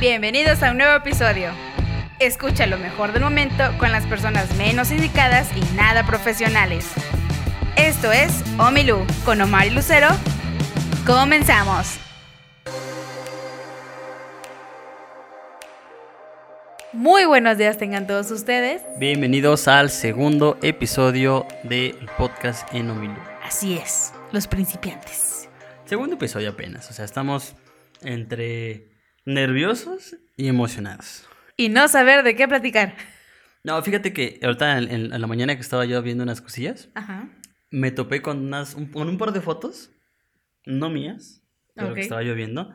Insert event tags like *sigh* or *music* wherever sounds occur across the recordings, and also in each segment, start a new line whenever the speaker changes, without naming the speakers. Bienvenidos a un nuevo episodio. Escucha lo mejor del momento con las personas menos indicadas y nada profesionales. Esto es Omilú con Omar y Lucero. Comenzamos. Muy buenos días tengan todos ustedes.
Bienvenidos al segundo episodio del podcast en Omilú.
Así es, los principiantes.
Segundo episodio apenas, o sea, estamos entre nerviosos y emocionados.
Y no saber de qué platicar.
No, fíjate que ahorita en, en- a la mañana que estaba yo viendo unas cosillas,
Ajá.
me topé con, unas, un, con un par de fotos, no mías, pero
Ok.
que estaba yo viendo,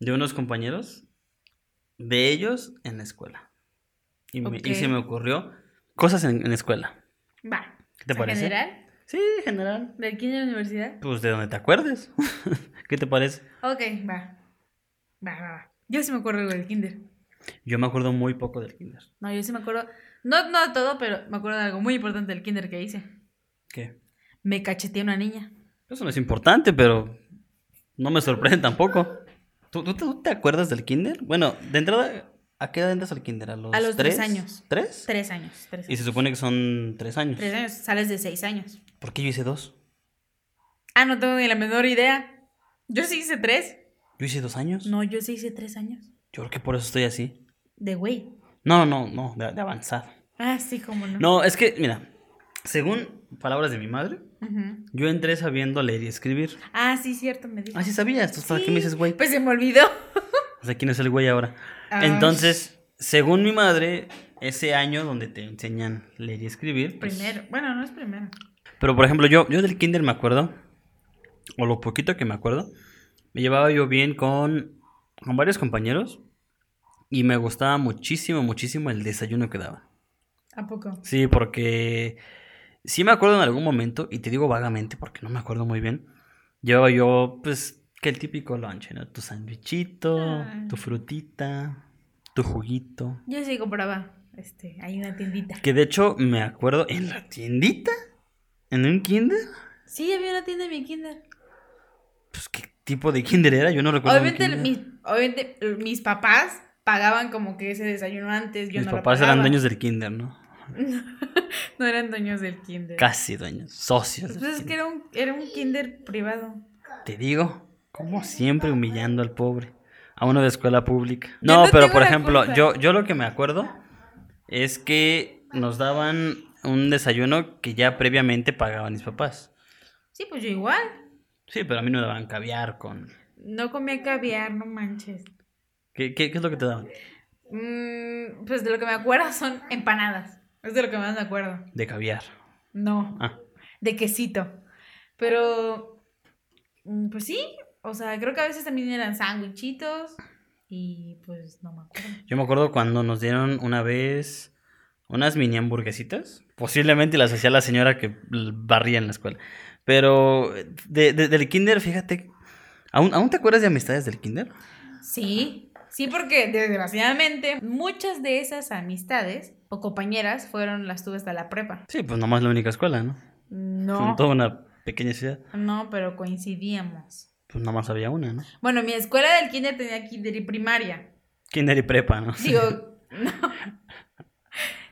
de unos compañeros, de ellos en la escuela. Y, me- y
Ok.
se me ocurrió cosas en, en la escuela.
Va.
¿Qué te
¿En
parece?
general?
Sí, general.
¿De quién de la universidad?
Pues de donde te acuerdes. *laughs* ¿Qué te parece?
Ok, va. Va, va, va. Yo sí me acuerdo algo del kinder.
Yo me acuerdo muy poco del kinder.
No, yo sí me acuerdo. No, no de todo, pero me acuerdo de algo muy importante del kinder que hice.
¿Qué?
Me cacheteé a una niña.
Eso no es importante, pero no me sorprende tampoco. ¿Tú, tú, tú te acuerdas del kinder? Bueno, de entrada, ¿a qué edad entras al kinder? ¿A los,
A los
tres
tres años.
¿Tres?
Tres años. Tres
Y
años.
se supone que son tres años.
Tres años. Sales de seis años.
¿Por qué yo hice dos?
Ah, no tengo ni la menor idea. Yo sí hice tres.
¿Yo hice dos años?
No, yo sí hice tres años.
Yo creo que por eso estoy así.
De güey.
No, no, no, de, de avanzado.
Ah, sí, cómo no.
No, es que, mira, según palabras de mi madre,
Ujú.
yo entré sabiendo leer y escribir.
Ah, sí, cierto, me dijo.
Ah, sí sabías. Entonces, ¿para qué
Sí,
me dices, güey?
Pues se me olvidó.
O sea, ¿quién es el güey ahora?
Ah,
Entonces, según mi madre, ese año donde te enseñan leer y escribir. pues-
Primero. Bueno, no es primero.
Pero por ejemplo, yo, yo del kinder me acuerdo, o lo poquito que me acuerdo, me llevaba yo bien con, con varios compañeros y me gustaba muchísimo, muchísimo el desayuno que daban.
¿A poco?
Sí, porque sí me acuerdo en algún momento, y te digo vagamente porque no me acuerdo muy bien, llevaba yo, pues, que el típico lunch, ¿no? Tu sandwichito,
Ah.
tu frutita, tu juguito.
Yo sí compraba. Este, hay una tiendita.
Que de hecho me acuerdo en la tiendita, en un kinder.
Sí, había una tienda en mi kinder.
Pues qué tipo de kinder era, yo no recuerdo. un
Obviamente,
kinder.
mis, obviamente, mis papás pagaban como que ese desayuno antes. Yo
Mis
no lo
papás eran
pagaba.
dueños del kinder, ¿no?
*laughs* No eran dueños del kinder.
Casi dueños, socios. del
Entonces Pues es que
kinder.
era un, era un kinder privado.
Te digo, como siempre humillando al pobre, a uno de escuela pública.
Yo
No,
no
pero
tengo
por
la
ejemplo,
culpa.
yo, yo lo que me acuerdo es que nos daban un desayuno que ya previamente pagaban mis papás.
Sí, pues yo igual.
Sí, pero a mí no me daban caviar con...
No comía caviar, no manches.
¿Qué, qué, qué es lo que te daban?
Mm, pues de lo que me acuerdo son empanadas. Es de lo que más me acuerdo.
De caviar.
No,
Ah,
de quesito. Pero, mm, pues sí. O sea, creo que a veces también eran sándwichitos. Y pues no me acuerdo.
yo me acuerdo cuando nos dieron una vez unas mini hamburguesitas. Posiblemente las hacía la señora que barría en la escuela. Pero eh, de- de- del kinder, fíjate, ¿aún, ¿aún te acuerdas de amistades del kinder?
Sí, sí, porque desgraciadamente muchas de esas amistades o compañeras fueron las tuve hasta la prepa.
Sí, pues nomás la única escuela, ¿no? En
No,
toda una pequeña ciudad,
no, pero coincidíamos.
pues nomás había una, ¿no?
Bueno, mi escuela del kinder tenía kinder y primaria.
Kinder y prepa, ¿no?
Digo, *laughs* no.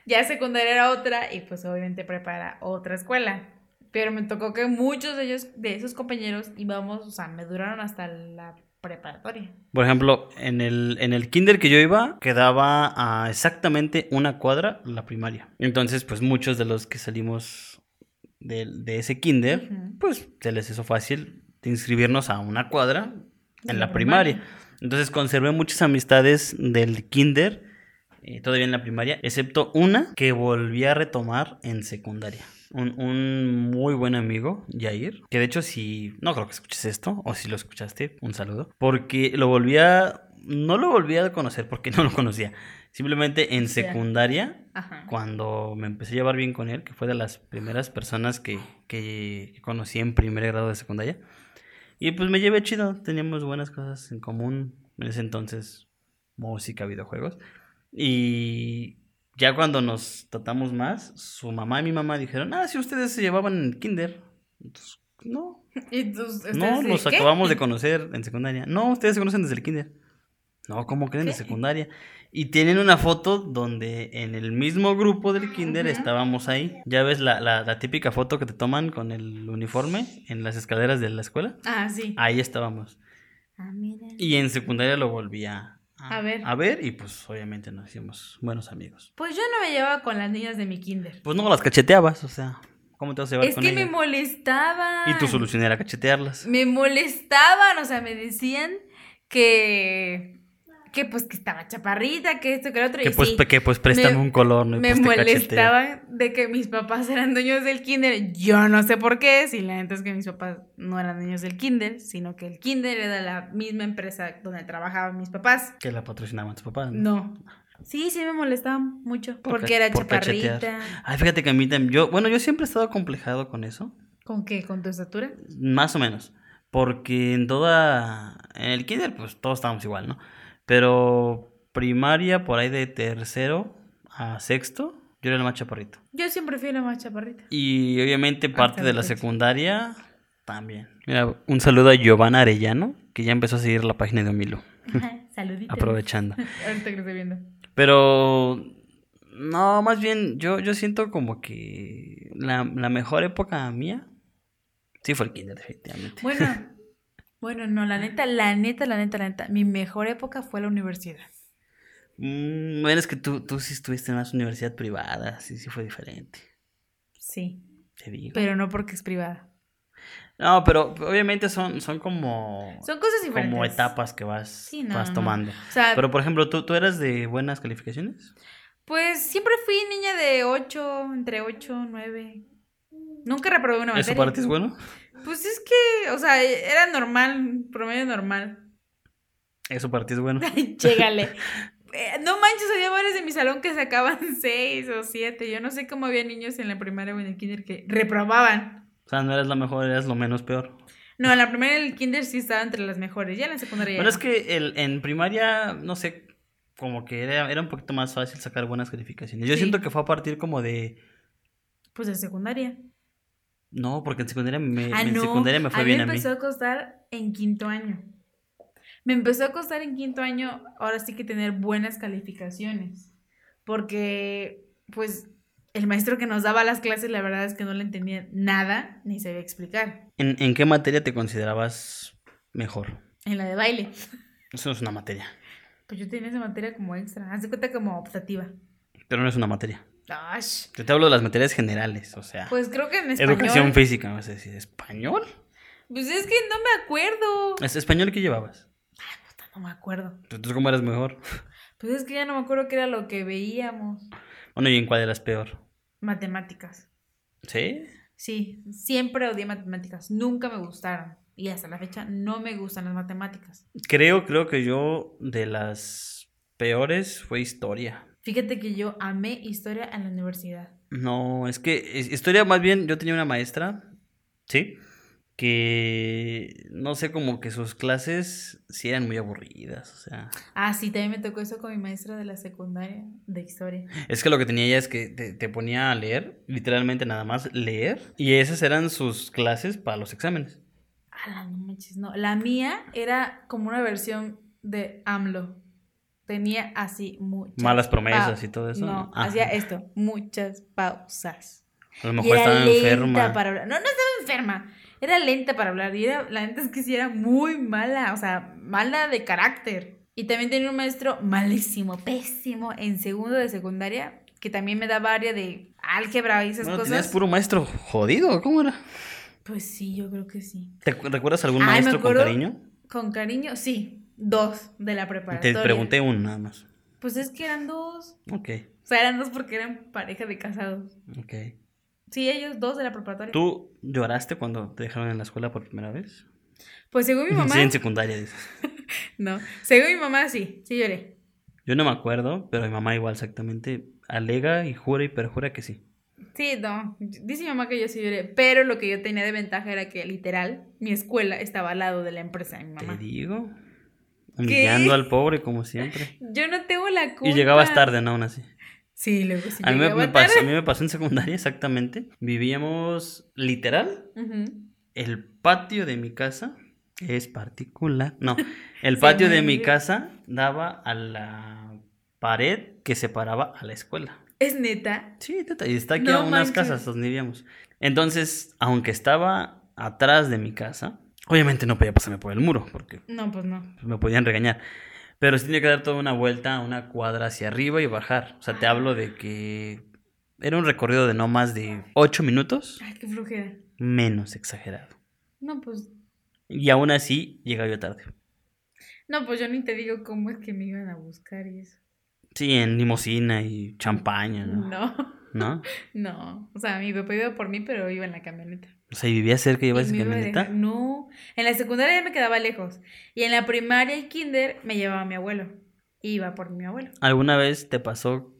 Ya secundaria era otra y pues obviamente prepara otra escuela. Pero me tocó que muchos de ellos, de esos compañeros, íbamos, o sea, me duraron hasta la preparatoria.
*laughs* Por ejemplo, en el, en el kinder que yo iba, quedaba a exactamente una cuadra la primaria. Entonces, pues muchos de los que salimos de, de ese kinder,
Ujú.
pues se les hizo fácil de inscribirnos a una cuadra
De
en
la
la primaria. Entonces conservé muchas amistades del kinder, eh, todavía en la primaria, excepto una que volví a retomar en secundaria. Un, un muy buen amigo, Jair, que de hecho si, no creo que escuches esto, o si lo escuchaste, un saludo, porque lo volví a, no lo volví a conocer porque *laughs* no lo conocía, simplemente en
Ya.
secundaria
Ajá.
cuando me empecé a llevar bien con él, que fue de las primeras personas que, que conocí en primer grado de secundaria. Y pues me llevé chido, teníamos buenas cosas en común, en ese entonces música, videojuegos. Y ya cuando nos tratamos más, su mamá y mi mamá dijeron, ah, si ustedes se llevaban en el kinder. Entonces, no,
Y tus-
no,
ustedes,
los
¿qué?
acabamos de conocer en secundaria. No, ustedes se conocen desde el kinder. No, ¿cómo creen? De secundaria. Y tienen una foto donde en el mismo grupo del kinder estábamos ahí. Ya ves la, la, la típica foto que te toman con el uniforme en las escaleras de la escuela.
Ah, sí.
Ahí estábamos.
Ah, mira.
Y en secundaria lo volví a,
A ver.
a ver y pues obviamente nos hicimos buenos amigos.
Pues yo no me llevaba con las niñas de mi kinder.
Pues no las cacheteabas, o sea, ¿cómo te vas a llevar
Es
con
que me
ellas?
molestaban.
Y tu solución era cachetearlas.
Me molestaban, o sea, me decían que. que pues que estaba chaparrita, que esto, que lo otro.
Que
y
pues,
sí,
pe- que pues préstame
me-
un color, ¿no? Y
me
pues te cacheteo.
molestaban de que mis papás eran dueños del kinder. Yo no sé por qué, si la neta es que mis papás no eran dueños del kinder, sino que el kinder era la misma empresa donde trabajaban mis papás.
Que la patrocinaban tus papás. ¿no?
No. Sí, sí me molestaban mucho.
Mm. Por
Porque
ca-
era
por
chaparrita.
cachetear. Ay, fíjate que a mí también, yo, bueno, yo siempre he estado complejado con eso,
¿Con qué? ¿Con tu estatura?
más o menos, porque en toda, en el kinder, pues todos estábamos igual, ¿no? Pero primaria, por ahí de tercero a sexto, yo era el más chaparrito.
Yo siempre fui la más chaparrita.
Y obviamente parte
Hasta
de
la
la
fecha.
secundaria también. Mira, un saludo a Giovanna Arellano, que ya empezó a seguir la página de Omilo,
*laughs* Saludita.
aprovechando.
Ahorita que estoy viendo.
Pero, no, más bien, yo, yo siento como que la, la mejor época mía sí fue el kinder, definitivamente. *laughs*
Bueno, bueno, no, la neta, la neta, la neta, la neta. Mi mejor época fue la universidad.
Mm, Bueno, es que tú, tú sí estuviste en una universidad privada, sí, sí fue diferente,
Sí,
te digo.
pero no porque es privada.
No, pero obviamente son, son como,
Son cosas diferentes.
como etapas que vas,
Sí, no,
vas
no.
tomando.
O sea,
Pero, por ejemplo, ¿tú, ¿tú eras de buenas calificaciones?
pues siempre fui niña de 8, entre 8, 9. Nunca reprobé una materia.
¿Eso para ti es bueno?
Pues es que, o sea, era normal, promedio normal.
Eso para ti
*laughs*
es bueno.
Llégale. Eh, No manches, había varios de mi salón que sacaban *laughs* 6 o 7. Yo no sé cómo había niños en la primaria o en el kinder que reprobaban.
O sea, no eras la mejor, eras lo menos peor.
No, en la primera en el kinder sí estaba entre las mejores, ya en la secundaria. ya
Bueno, es
no.
que el, en primaria, no sé, como que era, era un poquito más fácil sacar buenas calificaciones. Yo
Sí.
siento que fue a partir como de...
Pues en secundaria.
No, porque en secundaria me,
Ah,
Eh, en
no.
secundaria me fue
a mí
bien
me
a mí.
empezó a costar en quinto año. Me empezó a costar en quinto año, ahora sí que tener buenas calificaciones. Porque, pues, el maestro que nos daba las clases, la verdad es que no le entendía nada ni sabía explicar.
¿En, en qué materia te considerabas mejor?
En la de baile.
Eso no es una materia,
Pues yo tenía esa materia como extra. Haz de cuenta como optativa.
pero no es una materia.
Ash.
Yo te hablo de las materias generales, o sea,
Pues creo que en español.
educación física, no sé si español.
Pues es que no me acuerdo.
¿Es español que llevabas?
Puta, No me acuerdo.
Entonces, ¿cómo eras mejor?
Pues es que ya no me acuerdo qué era lo que veíamos.
Bueno, ¿y en cuál eras peor?
Matemáticas.
¿Sí?
Sí, siempre odié matemáticas. Nunca me gustaron. Y hasta la fecha no me gustan las matemáticas.
Creo, creo que yo de las peores fue historia.
Fíjate que yo amé historia en la universidad.
No, es que es- historia más bien, yo tenía una maestra, ¿sí? Que no sé, como que sus clases sí eran muy aburridas, o sea.
Ah, sí, también me tocó eso con mi maestra de la secundaria de historia.
Es que lo que tenía ella es que te, te ponía a leer, literalmente nada más leer, y esas eran sus clases para los exámenes.
Ah, no manches, no. La mía era como una versión de AMLO. Tenía así muchas.
Malas promesas
pa-
y todo eso.
No,
Ah,
hacía esto, muchas pausas.
A lo
Y
mejor
era
estaba
lenta
enferma.
para hablar. No, no estaba enferma. Era lenta para hablar. Y era, la neta es que sí era muy mala. O sea, mala de carácter. Y también tenía un maestro malísimo, pésimo, en segundo de secundaria, que también me daba área de álgebra y esas
Bueno, tenías
cosas.
puro maestro jodido, ¿cómo era?
Pues sí, yo creo que sí.
¿Te acu- recuerdas algún
Ay, me
maestro con
acuerdo-
cariño?
Con cariño, sí. Dos de la preparatoria.
Te pregunté uno nada más.
Pues es que eran dos.
Ok,
O sea, eran dos porque eran pareja de casados.
ok.
Sí, ellos dos de la preparatoria.
¿Tú lloraste cuando te dejaron en la escuela por primera vez?
Pues según mi mamá.
Sí, en secundaria, dices.
No. Según mi mamá, sí. Sí lloré.
Yo no me acuerdo, pero mi mamá igual exactamente alega y jura y perjura que sí.
Sí, no. Dice mi mamá que yo sí lloré, pero lo que yo tenía de ventaja era que literal mi escuela estaba al lado de la empresa de mi mamá.
Te digo. Humillando al pobre como siempre.
Yo no tengo la culpa.
Y llegabas tarde, ¿no? Aún así.
Sí, luego sí.
a, mí me,
llegaba
me pasó, a
tarde.
mí me pasó en secundaria exactamente. Vivíamos literal
Ujú.
el patio de mi casa. que es particular.
*laughs*
No, el patio de mi casa daba a la pared que separaba a la escuela.
Es neta.
Sí, teta, y está aquí
No
a unas
manches.
casas donde vivíamos. Entonces, aunque estaba atrás de mi casa, obviamente no podía pasarme por el muro, porque
No, pues no.
pues, me podían regañar. Pero sí tenía que dar toda una vuelta, una cuadra hacia arriba y bajar. O sea, te hablo de que era un recorrido de no más de ocho minutos,
Ay, qué flojera.
menos exagerado.
No, pues.
Y aún así, llegaba yo tarde.
No, pues yo ni te digo cómo es que me iban a buscar y eso.
Sí, en limosina y champaña, ¿no?
No, *laughs*
¿No?
no. O sea, mi papá iba por mí, pero iba en la camioneta.
O sea, y vivía cerca
Y
y llevaba esa
me iba a
camioneta.
dejar- No, en la secundaria ya me quedaba lejos. Y en la primaria y kinder me llevaba mi abuelo. Iba por mi abuelo.
¿Alguna vez te pasó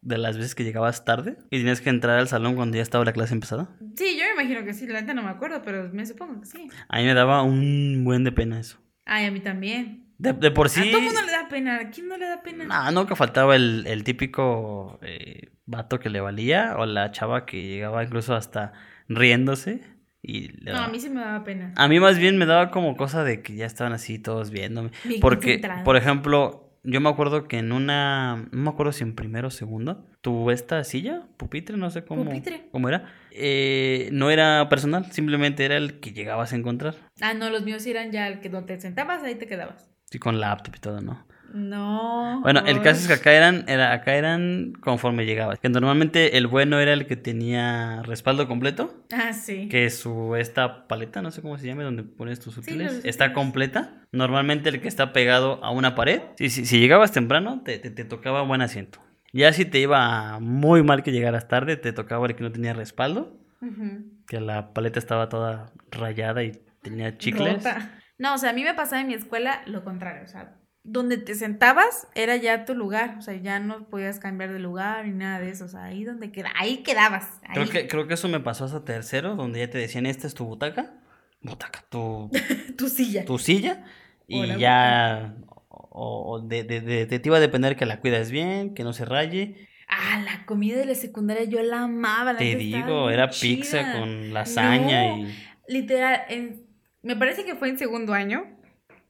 de las veces que llegabas tarde y tenías que entrar al salón cuando ya estaba la clase empezada?
Sí, yo me imagino que sí, la neta no me acuerdo, pero me supongo que sí.
A mí me daba un buen de pena eso.
Ay, a mí también.
De, de por sí...
A todo mundo le da pena. ¿A quién no le da pena?
Nah, nunca faltaba el, el típico eh, vato que le valía o la chava que llegaba incluso hasta riéndose y le
No,
daba-
a mí sí me daba pena.
A mí más bien me daba como cosa de que ya estaban así todos viéndome.
Bien
Porque,
concentrados.
por ejemplo, yo me acuerdo que en una, no me acuerdo si en primero o segundo, tu esta silla, pupitre, no sé cómo,
Pupitre.
cómo era, eh, no era personal, simplemente era el que llegabas a encontrar.
Ah, no, los míos sí eran ya el que donde te sentabas, ahí te quedabas.
Sí, con laptop y todo, ¿no?
No.
Bueno, el
ay.
caso es que acá eran, era, acá eran conforme llegabas. Que normalmente el bueno era el que tenía respaldo completo,
Ah, sí.
que su esta paleta, no sé cómo se llame, donde pones tus útiles,
los
está
útiles.
completa. Normalmente el que está pegado a una pared, si, si, si llegabas temprano, te, te, te tocaba buen asiento. Ya si te iba muy mal que llegaras tarde, te tocaba el que no tenía respaldo,
Ujú.
que la paleta estaba toda rayada y tenía chicles.
Rota. No, o sea, a mí me pasaba en mi escuela lo contrario. O sea, donde te sentabas era ya tu lugar. O sea, ya no podías cambiar de lugar ni nada de eso. O sea, ahí donde queda, ahí quedabas. Ahí.
Creo que, creo que eso me pasó hasta tercero, donde ya te decían, esta es tu butaca, butaca, tu,
*laughs* Tu silla. *laughs*
tu silla, y
O la
ya o, o de, de- de- de ti va a depender que la cuides bien, que no se raye.
Ah, la comida de la secundaria yo la amaba. la
Te
neta estaba
digo,
bien
era
chida.
pizza con lasaña
No.
y...
Literal, en- me parece que fue en segundo año.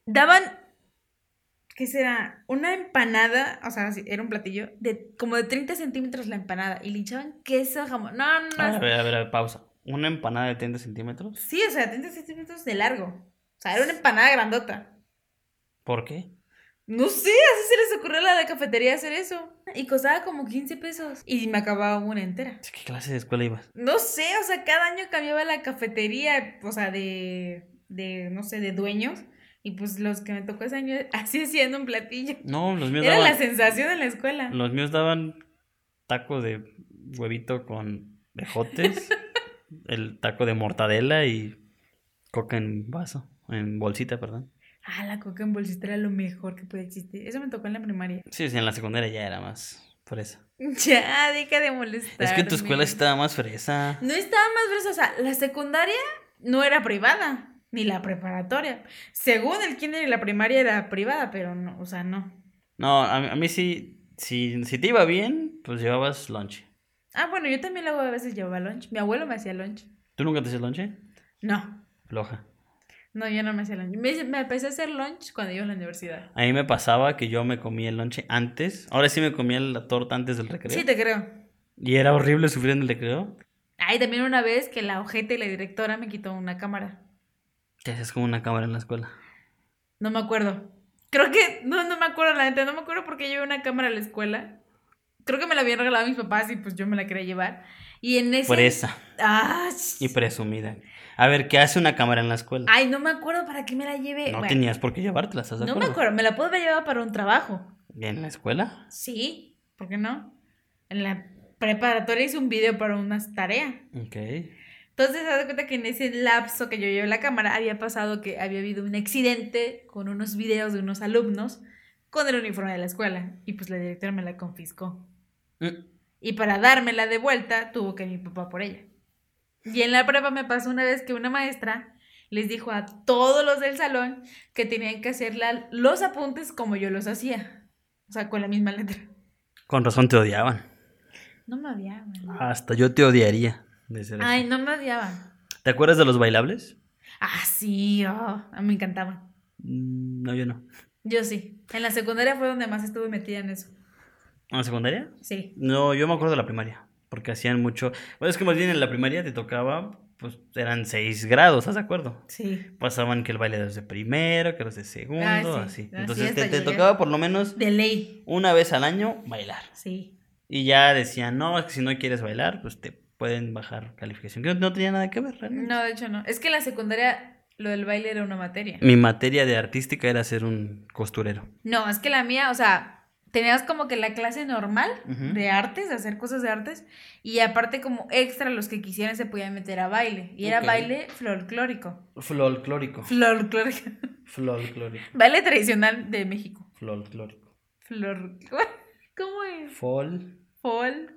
Daban, ¿qué será? Una empanada, o sea, sí, era un platillo, de como de 30 centímetros la empanada. Y le echaban queso, jamón. No, no, no.
A ver, a ver, a ver, pausa. Una empanada de 30 centímetros.
Sí, o sea, 30 centímetros de largo. O sea, era una empanada grandota.
¿Por qué?
No sé, así se les ocurrió a la de cafetería hacer eso. Y costaba como 15 pesos. Y me acababa una entera.
Es que, ¿Qué clase de escuela ibas?
No sé, o sea, cada año cambiaba la cafetería, o sea, de, de no sé, de dueños. Y pues los que me tocó ese año, *laughs* así haciendo un platillo.
No, los míos
Era la
daban...
sensación en la escuela.
Los míos daban taco de huevito con ejotes,
*laughs*
el taco de mortadela y coca en vaso, en bolsita, perdón.
Ah, la coca en bolsita era lo mejor que podía existir. Eso me tocó en la primaria. *laughs*
Sí, sí, en la secundaria ya era más fresa.
Ya, deja de molestar.
Es que tu escuela sí estaba más fresa.
No estaba más gruesa, o sea, la secundaria no era privada, ni la preparatoria. Según el kinder y la primaria era privada, pero no, o sea, no.
No, a mí, a mí sí, sí- si te iba bien, pues llevabas lonche.
Ah, bueno, yo también luego a veces llevaba lunch. Mi abuelo me hacía lunch.
¿Tú nunca te hacías lonche?
No,
Floja.
No, yo no me hacía lunch. Me, hice- me empecé a hacer lunch cuando iba a la universidad.
A mí me pasaba que yo me comía el lonche antes. Ahora sí me comía la torta antes del recreo.
Sí, te creo.
Y era horrible sufrir en el recreo.
Ay, también una vez que la ojete, la directora, me quitó una cámara.
Te hacías como una cámara en la escuela.
No me acuerdo. Creo que, no, no me acuerdo, la neta, no me acuerdo por qué llevé una cámara a la escuela. Creo que me la habían regalado mis papás y pues yo me la quería llevar. Y en ese...
Fresa.
Ah,
Y presumida. A ver, ¿qué hace una cámara en la escuela?
Ay, no me acuerdo para qué me la llevé.
no
Bueno,
tenías por qué llevártela, ¿estás de
no me
acuerdo?
acuerdo, me la puedo haber llevado para un trabajo.
¿Y ¿En la escuela?
Sí, ¿por qué no? En la preparatoria hice un video para unas tareas.
Ok.
Entonces, se da cuenta que en ese lapso que yo llevé la cámara había pasado que había habido un accidente con unos videos de unos alumnos con el uniforme de la escuela. Y pues la directora me la confiscó.
Mm.
Y para dármela de vuelta, tuvo que ir mi papá por ella. Y en la prueba me pasó una vez que una maestra les dijo a todos los del salón que tenían que hacer la- los apuntes como yo los hacía. O sea, con la misma letra.
Con razón te odiaban.
No me odiaban.
Ah, Hasta yo te odiaría. de ser así.
Ay, no me odiaban.
¿Te acuerdas de los bailables?
Ah, sí, oh, me encantaba.
Mm, No, yo no.
Yo sí. En la secundaria fue donde más estuve metida en eso.
¿En la secundaria?
Sí.
No, yo me acuerdo de la primaria, porque hacían mucho... Bueno, es que más bien en la primaria te tocaba, pues eran seis grados, ¿estás de acuerdo?
Sí.
Pasaban que el baile de los de primero, que los de segundo,
Ah, sí.
así.
Así
Entonces
hasta
te, te
llegué.
tocaba por lo menos
De ley.
una vez al año bailar.
Sí.
Y ya decían, no, es que si no quieres bailar, pues te pueden bajar calificación. Que no, no tenía nada que ver, realmente.
No, de hecho no. Es que en la secundaria lo del baile era una materia.
Mi materia de artística era ser un costurero.
No, es que la mía, o sea, tenías como que la clase normal
Ujú.
de artes, hacer cosas de artes, y aparte como extra los que quisieran se podían meter a baile. Y era
Ok.
baile folclórico.
Folclórico.
Folclórico. *laughs*
Folclórico.
baile tradicional de México.
Folclórico.
Flor... ¿Cómo es?
Fol.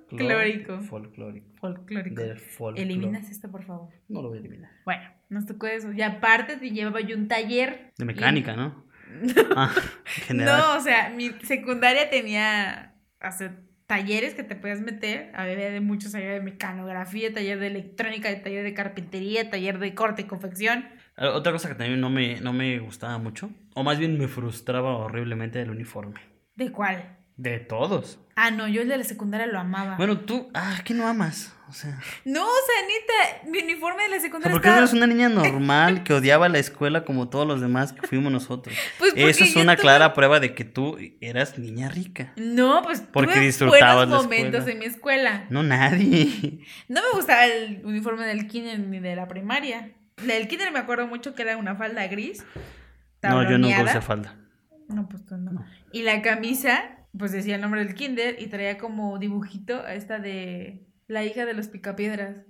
Folclórico.
Folclórico.
Folclórico.
Del folclor.
Eliminas esto, por favor.
No lo voy a eliminar.
Bueno, nos tocó eso. Y aparte te llevaba yo un taller.
De mecánica, ¿no? Ah, general.
No, o sea, mi secundaria tenía o sea, talleres que te podías meter. Había de muchos, había de mecanografía, taller de electrónica, taller de carpintería, taller de corte y confección.
Ah, Otra cosa que también no me, no me gustaba mucho, o más bien me frustraba horriblemente el uniforme.
¿De cuál?
De todos.
Ah, no, yo el de la secundaria lo amaba.
Bueno, tú, ah, ¿qué no amas? O sea,
No, Sanita, mi uniforme de la
o sea,
secundaria
¿por qué no
estaba...
eres una niña normal que odiaba la escuela como todos los demás que fuimos nosotros?
Pues porque
Eso es
yo
una
tuve-
clara prueba de que tú eras niña rica.
No, pues
Porque
tuve
disfrutabas
buenos
la
momentos
escuela.
en mi escuela.
No, nadie.
No me gustaba el uniforme del kinder ni de la primaria. Del kinder me acuerdo mucho que era una falda gris.
No, yo nunca
tabloneada.
usé falda.
No, pues tú no.
No.
Y la camisa, pues decía el nombre del kinder y traía como dibujito a esta de la hija de los picapiedras.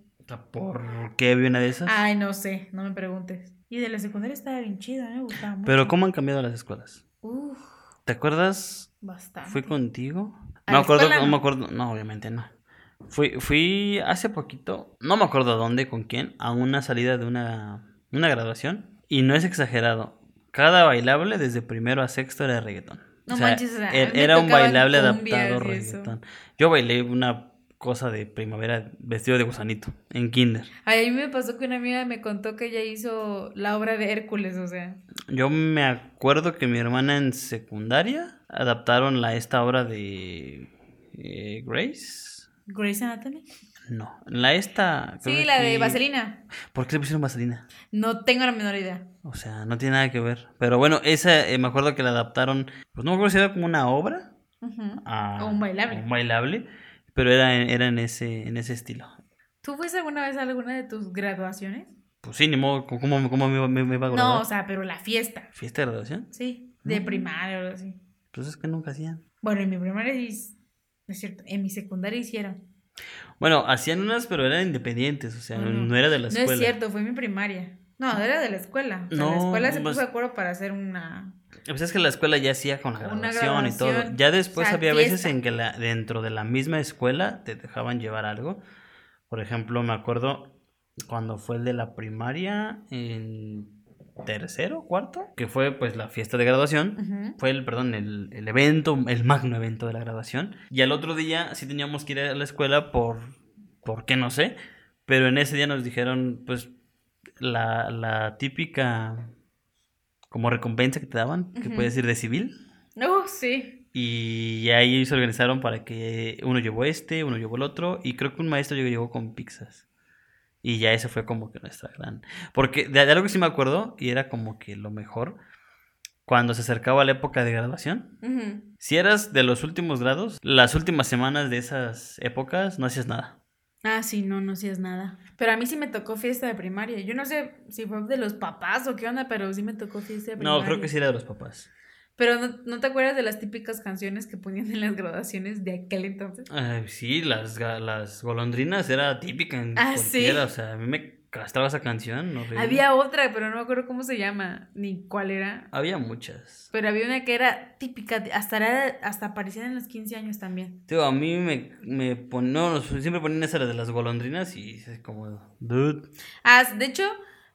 ¿Por qué había una de esas?
Ay, no sé, no me preguntes. Y de la secundaria estaba bien chida, me gustaba mucho.
Pero ¿cómo han cambiado las escuelas?
Uf,
¿Te acuerdas
bastante.
¿Fui contigo?
A
No me
la
acuerdo,
escuela,
no
no.
me acuerdo, no, obviamente no. Fui, fui hace poquito, no me acuerdo a dónde, con quién, a una salida de una, una graduación. Y no es exagerado, cada bailable desde primero a sexto era reggaetón.
No manches, o sea,
er-
a mí me
era un
tocaban
bailable
cumbias
adaptado
y eso.
reggaetón. Yo bailé una cosa de primavera vestido de gusanito en kinder.
Ay, a mí me pasó que una amiga me contó que ella hizo la obra de Hércules, o sea.
Yo me acuerdo que mi hermana en secundaria adaptaron la esta obra de eh, Grace.
Grey's Anatomy.
No, la esta. creo
Sí, la de
que-
Vaselina.
¿Por qué le pusieron vaselina?
No tengo la menor idea.
O sea, no tiene nada que ver. Pero bueno, esa eh, me acuerdo que la adaptaron. Pues no me acuerdo si era como una obra.
Ujú.
A,
O un bailable.
a un bailable. Pero era, en- era en, ese, en ese estilo.
¿Tú fuiste alguna vez a alguna de tus graduaciones?
Pues sí, ni modo. ¿Cómo, cómo- cómo me, me- me iba a graduar?
No, o sea, pero la fiesta.
¿Fiesta de graduación?
Sí, de
Mm.
primaria o algo así.
Pues es que nunca hacían.
Bueno, en mi primaria sí, no es cierto, en mi secundaria hicieron.
Bueno, hacían unas, pero eran independientes. O sea,
No,
no,
no.
era de la
No
escuela.
es cierto, fue mi primaria. No, era de la escuela. O sea, la
No,
escuela se
pues-
puso de acuerdo para hacer una...
Pues es que la escuela ya hacía con la
Una
graduación, y todo.
graduación,
Ya después
o sea,
había veces
fiesta.
en que la, dentro de la misma escuela te dejaban llevar algo. Por ejemplo, me acuerdo cuando fue el de la primaria en tercero, cuarto, que fue pues la fiesta de graduación.
Ujú.
Fue el, perdón, el, el evento, el magno evento de la graduación. Y al otro día sí teníamos que ir a la escuela por, por qué no sé. Pero en ese día nos dijeron, pues, la, la típica como recompensa que te daban, que
Ujú.
puedes ir de civil.
No, Oh, sí.
Y ahí se organizaron para que uno llevó este, uno llevó el otro. Y creo que un maestro llegó, llegó con pizzas. Y ya eso fue como que nuestra gran. Porque de, de algo que sí me acuerdo, y era como que lo mejor, cuando se acercaba la época de graduación.
Ujú.
Si eras de los últimos grados, las últimas semanas de esas épocas no hacías nada.
Ah, sí, no, no hacías nada. Pero a mí sí me tocó fiesta de primaria. Yo no sé si fue de los papás o qué onda, pero sí me tocó fiesta de primaria.
No, creo que sí era de los papás.
Pero ¿no, ¿no te acuerdas de las típicas canciones que ponían en las graduaciones de aquel entonces?
Ay, sí, las, ga- las golondrinas era típica en
Ah,
cualquiera.
sí.
O sea, a mí me castraba esa canción. horrible.
Había otra, pero no me acuerdo cómo se llama, ni cuál era.
Había muchas.
Pero había una que era típica, de- hasta, era- hasta aparecía en los 15 años también.
Tío, a mí me, me pon- no, siempre ponían esa de las golondrinas y es como... Dude.
Ah, de hecho,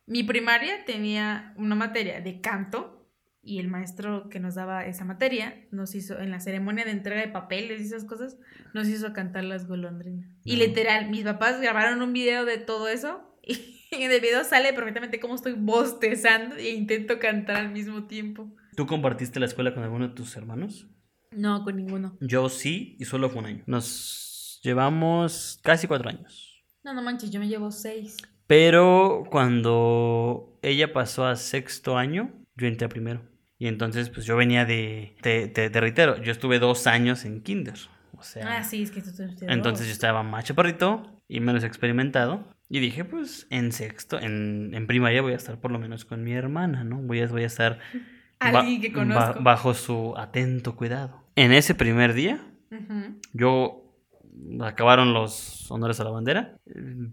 mi primaria tenía una materia de canto y el maestro que nos daba esa materia nos hizo, en la ceremonia de entrega de papeles y esas cosas, nos hizo cantar las golondrinas. Y
No.
literal, mis papás grabaron un video de todo eso *laughs* y, Y en el video sale perfectamente cómo estoy bostezando e intento cantar al mismo tiempo.
¿Tú compartiste la escuela con alguno de tus hermanos?
No, con ninguno.
Yo sí, y solo fue un año. Nos llevamos casi cuatro años.
No, no manches, yo me llevo seis.
Pero cuando ella pasó a sexto año, yo entré a primero. Y entonces, pues yo venía de. Te, te- te reitero, yo estuve dos años en Kinder. O sea.
Ah, sí, es que tú tú- tú-
Entonces yo estaba más chaparrito y menos experimentado. Y dije, pues en sexto, en, en primaria voy a estar por lo menos con mi hermana, ¿no? Voy a, voy a estar ba-
Alguien que
ba-
conozco.
bajo su atento cuidado. En ese primer día,
Ujú.
yo acabaron los honores a la bandera,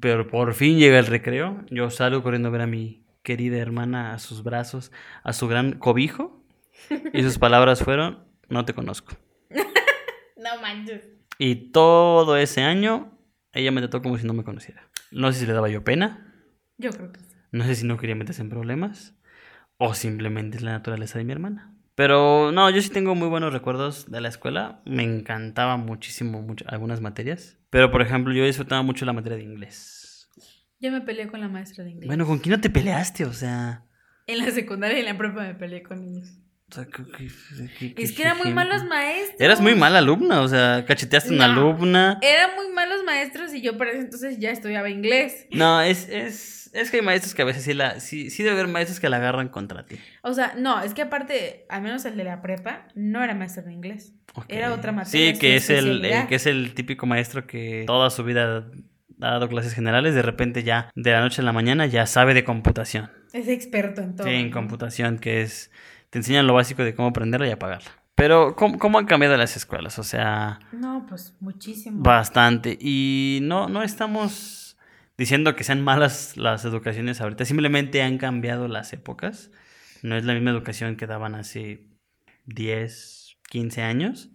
pero por fin llega el recreo. Yo salgo corriendo a ver a mi querida hermana a sus brazos, a su gran cobijo, y sus palabras fueron, no te conozco.
No manches.
Y todo ese año ella me trató como si no me conociera. No sé si le daba yo pena,
Yo creo que sí.
no sé si no quería meterse en problemas, o simplemente es la naturaleza de mi hermana. Pero no, yo sí tengo muy buenos recuerdos de la escuela. Me encantaba muchísimo mucho- algunas materias. Pero, por ejemplo, yo disfrutaba mucho la materia de inglés.
Yo me peleé con la maestra de inglés.
Bueno, ¿con quién no te peleaste? O sea...
En la secundaria y en la prepa me peleé con ellos.
o sea, ¿qué- qué- qué- qué
Es que eran muy
ejemplo?
malos maestros.
Eras muy mala alumna, o sea, cacheteaste a una
No.
alumna.
Eran muy malos maestros y yo para ese entonces ya estudiaba inglés.
No, es, es, es que hay maestros que a veces sí la... Sí, sí debe haber maestros que la agarran contra ti.
O sea, no, es que aparte, al menos el de la prepa, no era maestro de inglés.
Ok.
Era otra materia,
Sí,
su
que es el,
especialidad.
el- que es el típico maestro que toda su vida ha dado clases generales, de repente ya, de la noche a la mañana, ya sabe de computación.
Es experto en todo.
Sí, en computación, que es, te enseñan lo básico de cómo aprenderla y apagarla. Pero, ¿cómo, cómo han cambiado las escuelas? O sea,
No, pues muchísimo.
bastante. Y no, no estamos diciendo que sean malas las educaciones ahorita, simplemente han cambiado las épocas. No es la misma educación que daban hace 10, 15 años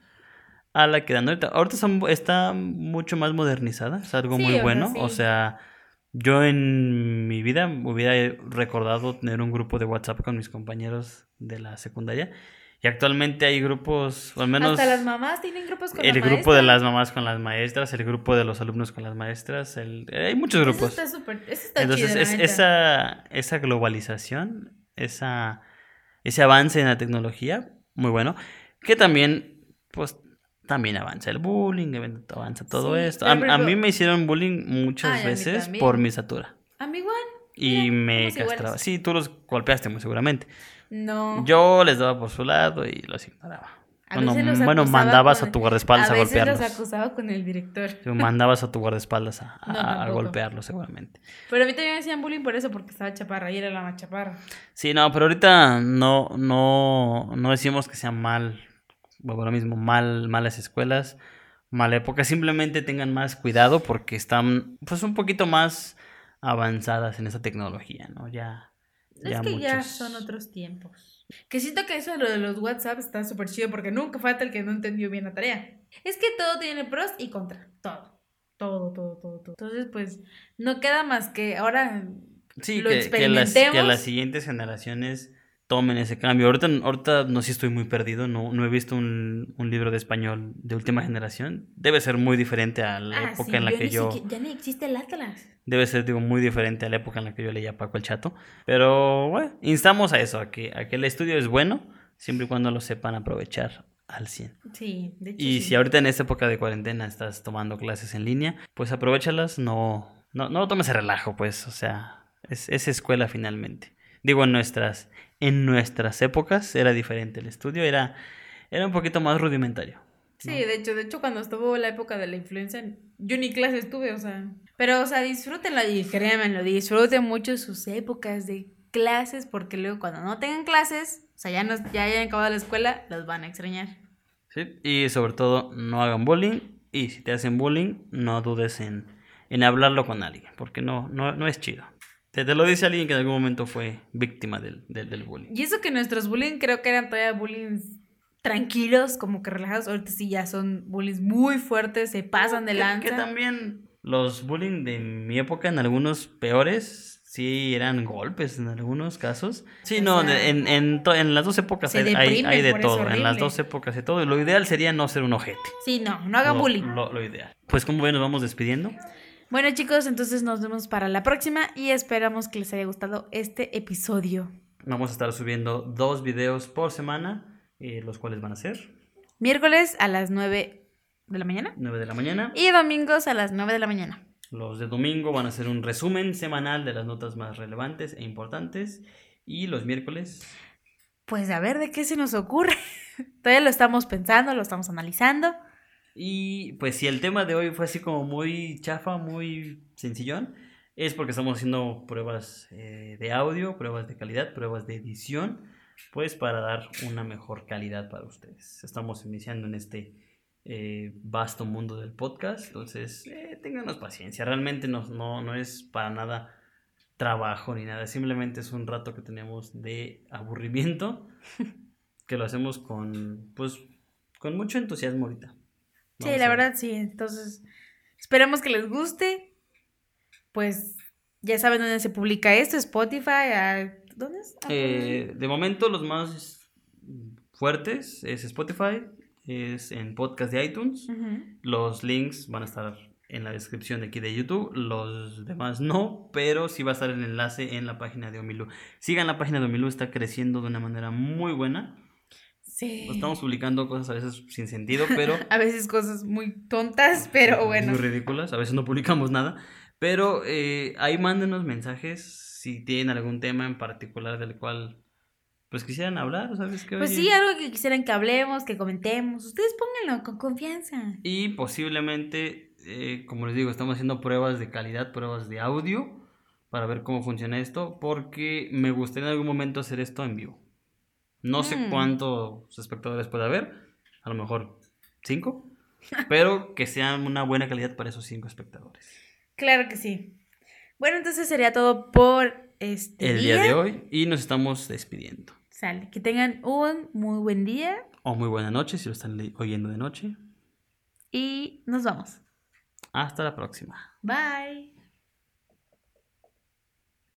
a la que dan ahorita. Ahorita son- está mucho más modernizada, es algo
Sí, o
muy
sea,
bueno. O
sí.
sea, yo en mi vida hubiera recordado tener un grupo de WhatsApp con mis compañeros de la secundaria. Y actualmente hay grupos, o al menos
Hasta las mamás tienen grupos con
el
la
grupo
maestra.
de las mamás con las maestras, el grupo de los alumnos con las maestras, el... eh, hay muchos
Eso
grupos.
está súper. Eso está
Entonces,
chido, la
es-
neta.
esa, esa globalización, esa, ese avance en la tecnología, muy bueno, que también, pues, también avanza el bullying, ev- avanza todo
Sí,
esto. A,
pero, por
a mí
ejemplo-
me hicieron bullying muchas
Ay, a mí
veces
también.
por mi estatura.
A mí igual. Mira,
Y me
somos iguales.
castraba. Sí, tú los golpeaste muy seguramente.
No.
Yo les daba por su lado y los ignoraba.
A
Bueno,
veces los
bueno,
acusaba
mandabas
con-
a tu guardaespaldas a,
a veces
golpearlos.
los acusaba con el director.
Tú mandabas a tu guardaespaldas a, a-
No,
a
tampoco.
golpearlo seguramente.
Pero a mí también me hacían bullying por eso, porque estaba chaparra y era la más chaparra.
Sí, no, pero ahorita no, no, no decimos que sea mal, vuelvo a lo mismo, mal, malas escuelas, mala época. Simplemente tengan más cuidado porque están, pues, un poquito más avanzadas en esa tecnología, ¿no? Ya,
Es
ya
que ya
muchos-
son otros tiempos. Que siento que eso de lo de los WhatsApp está súper chido porque nunca falta el que no entendió bien la tarea. Es que todo tiene pros y contra. Todo. Todo, todo, todo, todo. Entonces, pues, no queda más que ahora.
Sí,
lo
que, que las, que
experimentemos.
las siguientes generaciones tomen ese cambio. Ahorita, ahorita no sé si estoy muy perdido, no, no he visto un, un libro de español de última generación. Debe ser muy diferente a la
Ah,
época
sí,
en la
yo
que
ni
yo...
siquiera- ya ni existe el Atlas.
Debe ser, digo, muy diferente a la época en la que yo leía Paco el Chato. Pero, bueno, instamos a eso, a que, a que el estudio es bueno, siempre y cuando lo sepan aprovechar al 100.
Sí, de hecho.
Y
sí.
si ahorita en esta época de cuarentena estás tomando clases en línea, pues aprovechalas, no, no, no tomes el relajo, pues, o sea, es, es escuela finalmente. Digo, en nuestras, en nuestras épocas era diferente el estudio, era, era un poquito más rudimentario.
Sí,
¿no?
de hecho, de hecho, cuando estuvo la época de la influenza, yo ni clase estuve, o sea. Pero, o sea, disfrútenlo y créanmelo, disfruten mucho sus épocas de clases, porque luego cuando no tengan clases, o sea, ya, no, ya hayan acabado la escuela, los van a extrañar.
Sí, Y sobre todo, no hagan bullying. Y si te hacen bullying, no dudes en, en hablarlo con alguien, porque no, no, no es chido. Te, te lo dice alguien que en algún momento fue víctima del, del, del bullying.
Y eso que nuestros bullying creo que eran todavía bullying tranquilos, como que relajados, ahorita sí ya son bullying muy fuertes, se pasan de
Que-
lanza.
Que, también los bullying de mi época, en algunos peores, sí eran golpes en algunos casos. Sí,
O
no,
sea,
de- en, en, to- en las dos épocas
se
hay, hay,
deprimen
hay de
por eso,
todo. En las
horrible.
dos épocas de todo. Lo ideal sería no ser un ojete.
Sí, no, no hagan
Lo-
bullying.
Lo, lo ideal. Pues como ven, nos vamos despidiendo.
Bueno chicos, entonces nos vemos para la próxima y esperamos que les haya gustado este episodio.
Vamos a estar subiendo dos videos por semana, eh, los cuales van a ser
Miércoles a las 9 de la mañana
9 de la mañana.
y domingos a las 9 de la mañana.
Los de domingo van a ser un resumen semanal de las notas más relevantes e importantes. Y los miércoles,
Pues a ver de qué se nos ocurre. *laughs* Todavía lo estamos pensando, lo estamos analizando.
Y pues si el tema de hoy fue así como muy chafa, muy sencillón, es porque estamos haciendo pruebas eh, de audio, pruebas de calidad, pruebas de edición, pues para dar una mejor calidad para ustedes. Estamos iniciando en este eh, vasto mundo del podcast, entonces eh, ténganos paciencia, realmente no, no, no es para nada trabajo ni nada, simplemente es un rato que tenemos de
*laughs*
aburrimiento, que lo hacemos con, pues, con mucho entusiasmo ahorita.
Sí,
Vamos
la
a-
verdad sí. Entonces, esperemos que les guste. Pues ya saben dónde se publica esto, Spotify. ah, ¿Dónde es? Ah,
Eh, de momento los más fuertes es Spotify, es en podcast de iTunes.
Ujú.
Los links van a estar en la descripción de aquí de YouTube. Los demás no, pero sí va a estar el enlace en la página de Omilu. Sigan la página de Omilu, está creciendo de una manera muy buena.
Sí.
Estamos publicando cosas a veces sin sentido, pero
A veces cosas muy tontas, *laughs* pero bueno.
Muy ridículas, a veces no publicamos nada. Pero eh, ahí mándenos mensajes si tienen algún tema en particular del cual pues quisieran hablar, ¿sabes qué?
Pues
Oye,
sí, algo que quisieran que hablemos, que comentemos. Ustedes pónganlo con confianza.
Y posiblemente, eh, como les digo, estamos haciendo pruebas de calidad, pruebas de audio, para ver cómo funciona esto, porque me gustaría en algún momento hacer esto en vivo. No sé
Mm.
cuántos espectadores puede haber, a lo mejor cinco, pero que sean una buena calidad para esos cinco espectadores.
Claro que sí. Bueno, entonces sería todo por este
El día de hoy y nos estamos despidiendo.
Sale. Que tengan un muy buen día
O muy buena noche si lo están le- oyendo de noche.
y nos vamos.
Hasta la próxima.
Bye.